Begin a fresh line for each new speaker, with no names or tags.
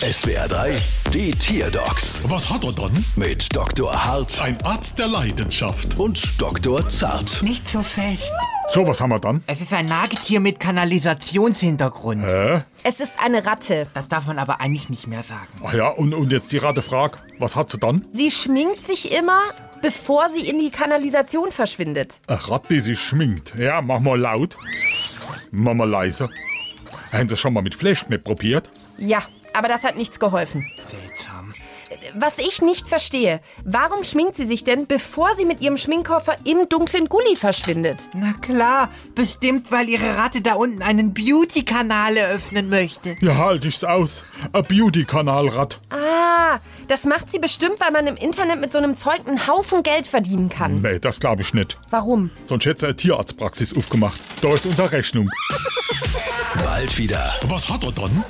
SWR 3, die Tierdocs
Was hat er dann?
mit Dr. Hart
Ein Arzt der Leidenschaft.
und Dr. Zart.
Nicht so fest.
So, was haben wir dann?
Es ist ein Nagetier mit Kanalisationshintergrund.
Es ist eine Ratte.
Das darf man aber eigentlich nicht mehr sagen.
Ach ja, und, und jetzt die Ratte fragt, was hat sie dann?
Sie schminkt sich immer, bevor sie in die Kanalisation verschwindet.
Eine Ratte, die sich schminkt. Ja, mach mal laut. Mach mal leise. Haben sie schon mal mit Fleischknepp probiert?
Ja, aber das hat nichts geholfen.
Seltsam.
Was ich nicht verstehe, warum schminkt sie sich denn, bevor sie mit ihrem Schminkkoffer im dunklen Gully verschwindet?
Na klar, bestimmt, weil ihre Ratte da unten einen Beauty-Kanal eröffnen möchte.
Ja, halt ich's aus. Ein Beauty-Kanal-Rat.
Ah, das macht sie bestimmt, weil man im Internet mit so einem Zeug einen Haufen Geld verdienen kann.
Nee, das glaube ich nicht.
Warum?
Sonst hätte sie eine Tierarztpraxis aufgemacht. Da ist unter Rechnung.
Bald wieder.
Was hat er dann?